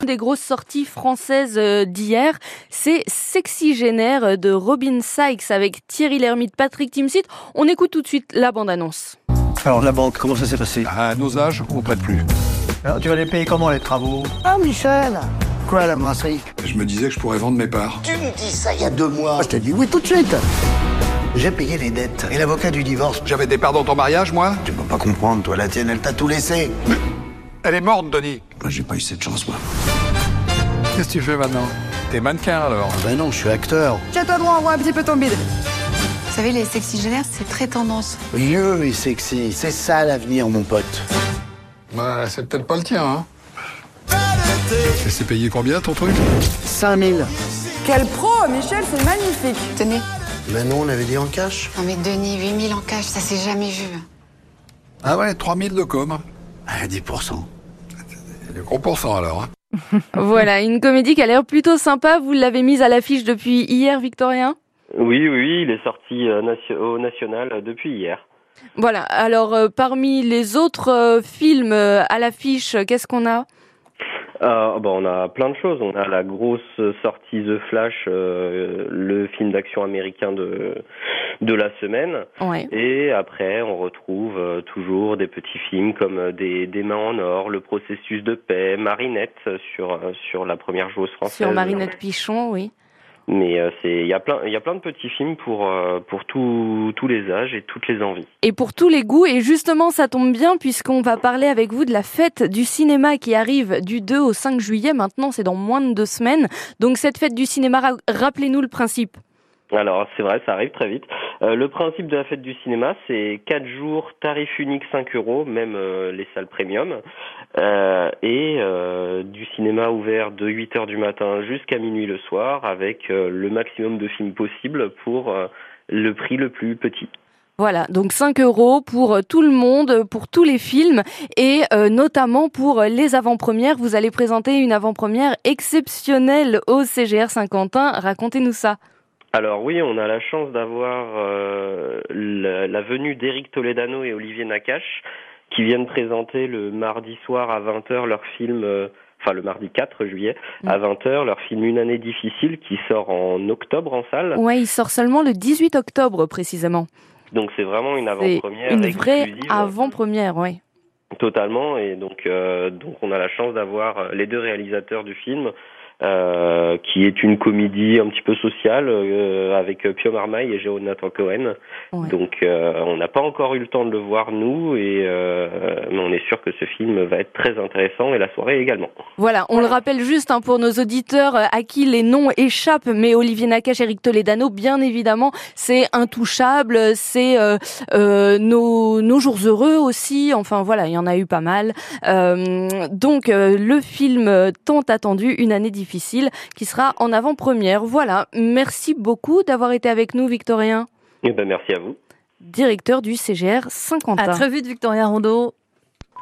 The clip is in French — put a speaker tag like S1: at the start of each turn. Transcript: S1: Une des grosses sorties françaises euh, d'hier, c'est Sexygénaire euh, de Robin Sykes avec Thierry Lhermitte, Patrick Timsit. On écoute tout de suite la bande-annonce.
S2: Alors la banque, comment ça s'est passé
S3: À nos âges, on prête plus.
S2: Alors tu vas les payer comment les travaux Ah Michel Quoi la brasserie
S3: Je me disais que je pourrais vendre mes parts.
S2: Tu me dis ça il y a deux mois Je t'ai dit oui tout de suite J'ai payé les dettes et l'avocat du divorce.
S3: J'avais des parts dans ton mariage, moi
S2: Tu peux pas comprendre, toi la tienne elle t'a tout laissé
S3: Elle est morte, Denis.
S2: Moi j'ai pas eu cette chance moi.
S3: Qu'est-ce que tu fais maintenant T'es mannequin alors
S2: Ben non, je suis acteur.
S4: Jette à droit, on voit un petit peu ton bide. Vous savez, les sexygénaires, c'est très tendance.
S2: Vieux et sexy, c'est ça l'avenir mon pote.
S3: Bah, c'est peut-être pas le tien, hein. Et c'est payé combien ton truc
S2: 5000
S5: Quel pro, Michel, c'est magnifique.
S4: Tenez.
S2: Ben non, on avait dit en cash.
S4: Non mais Denis, 8000 en cash, ça s'est jamais vu.
S3: Ah ouais, 3000 de com.
S2: À 10%.
S3: Le gros pourcent alors, hein.
S1: Voilà, une comédie qui a l'air plutôt sympa. Vous l'avez mise à l'affiche depuis hier, Victorien
S6: Oui, oui, oui, il est sorti euh, nation- au national euh, depuis hier.
S1: Voilà, alors euh, parmi les autres euh, films euh, à l'affiche, euh, qu'est-ce qu'on a
S6: Euh, bon, on a plein de choses. On a la grosse sortie The Flash, euh, le film d'action américain de, de la semaine.
S1: Ouais.
S6: Et après, on retrouve euh, toujours des petits films comme euh, des, des mains en or, Le processus de paix, Marinette euh, sur, euh, sur la première joueuse française.
S1: Sur Marinette Pichon, oui.
S6: Mais euh, c'est il y a plein il y a plein de petits films pour euh, pour tous tous les âges et toutes les envies.
S1: Et pour tous les goûts, et justement ça tombe bien puisqu'on va parler avec vous de la fête du cinéma qui arrive du 2 au 5 juillet, maintenant c'est dans moins de deux semaines. Donc cette fête du cinéma, ra- rappelez-nous le principe.
S6: Alors c'est vrai, ça arrive très vite. Euh, le principe de la fête du cinéma, c'est quatre jours, tarif unique 5 euros, même euh, les salles premium, Euh, et euh, du cinéma ouvert de 8 heures du matin jusqu'à minuit le soir, avec euh, le maximum de films possible pour euh, le prix le plus petit.
S1: Voilà, donc 5 euros pour euh, tout le monde, pour tous les films et euh, notamment pour euh, les avant-premières. Vous allez présenter une avant-première exceptionnelle au CGR Saint-Quentin. Racontez-nous ça.
S6: Alors oui, on a la chance d'avoir euh, la, la venue d'Éric Toledano et Olivier Nakache qui viennent présenter le mardi soir à 20h leur film, euh, enfin le mardi 4 juillet
S1: Mm.
S6: à 20h, leur film Une année difficile qui sort en octobre en salle.
S1: Ouais, il sort seulement le 18 octobre précisément.
S6: Donc c'est vraiment une
S1: C'est
S6: avant-première
S1: une vraie
S6: exclusive.
S1: avant-première, ouais.
S6: Totalement, et donc, euh, donc on a la chance d'avoir euh, les deux réalisateurs du film, euh, qui est une comédie un petit peu sociale euh, avec euh, Pio Marmaille et Jonathan Cohen.
S1: Ouais.
S6: Donc euh, on n'a pas encore eu le temps de le voir nous, et euh, mais on est sûr que ce film va être très intéressant et la soirée également.
S1: Voilà, on le rappelle juste hein, pour nos auditeurs euh, à qui les noms échappent, mais Olivier Nakache, Eric Toledano, bien évidemment, c'est intouchable, euh, c'est euh, euh, nos, nos jours heureux aussi, enfin voilà, il y en a eu pas mal. Euh, donc euh, le film euh, tant attendu, Une année difficile, qui sera en avant-première. Voilà, merci beaucoup d'avoir été avec nous, Victorien,
S6: Et Eh ben merci à vous.
S1: directeur du CGR 50.
S7: À très vite, Victoria Rondeau.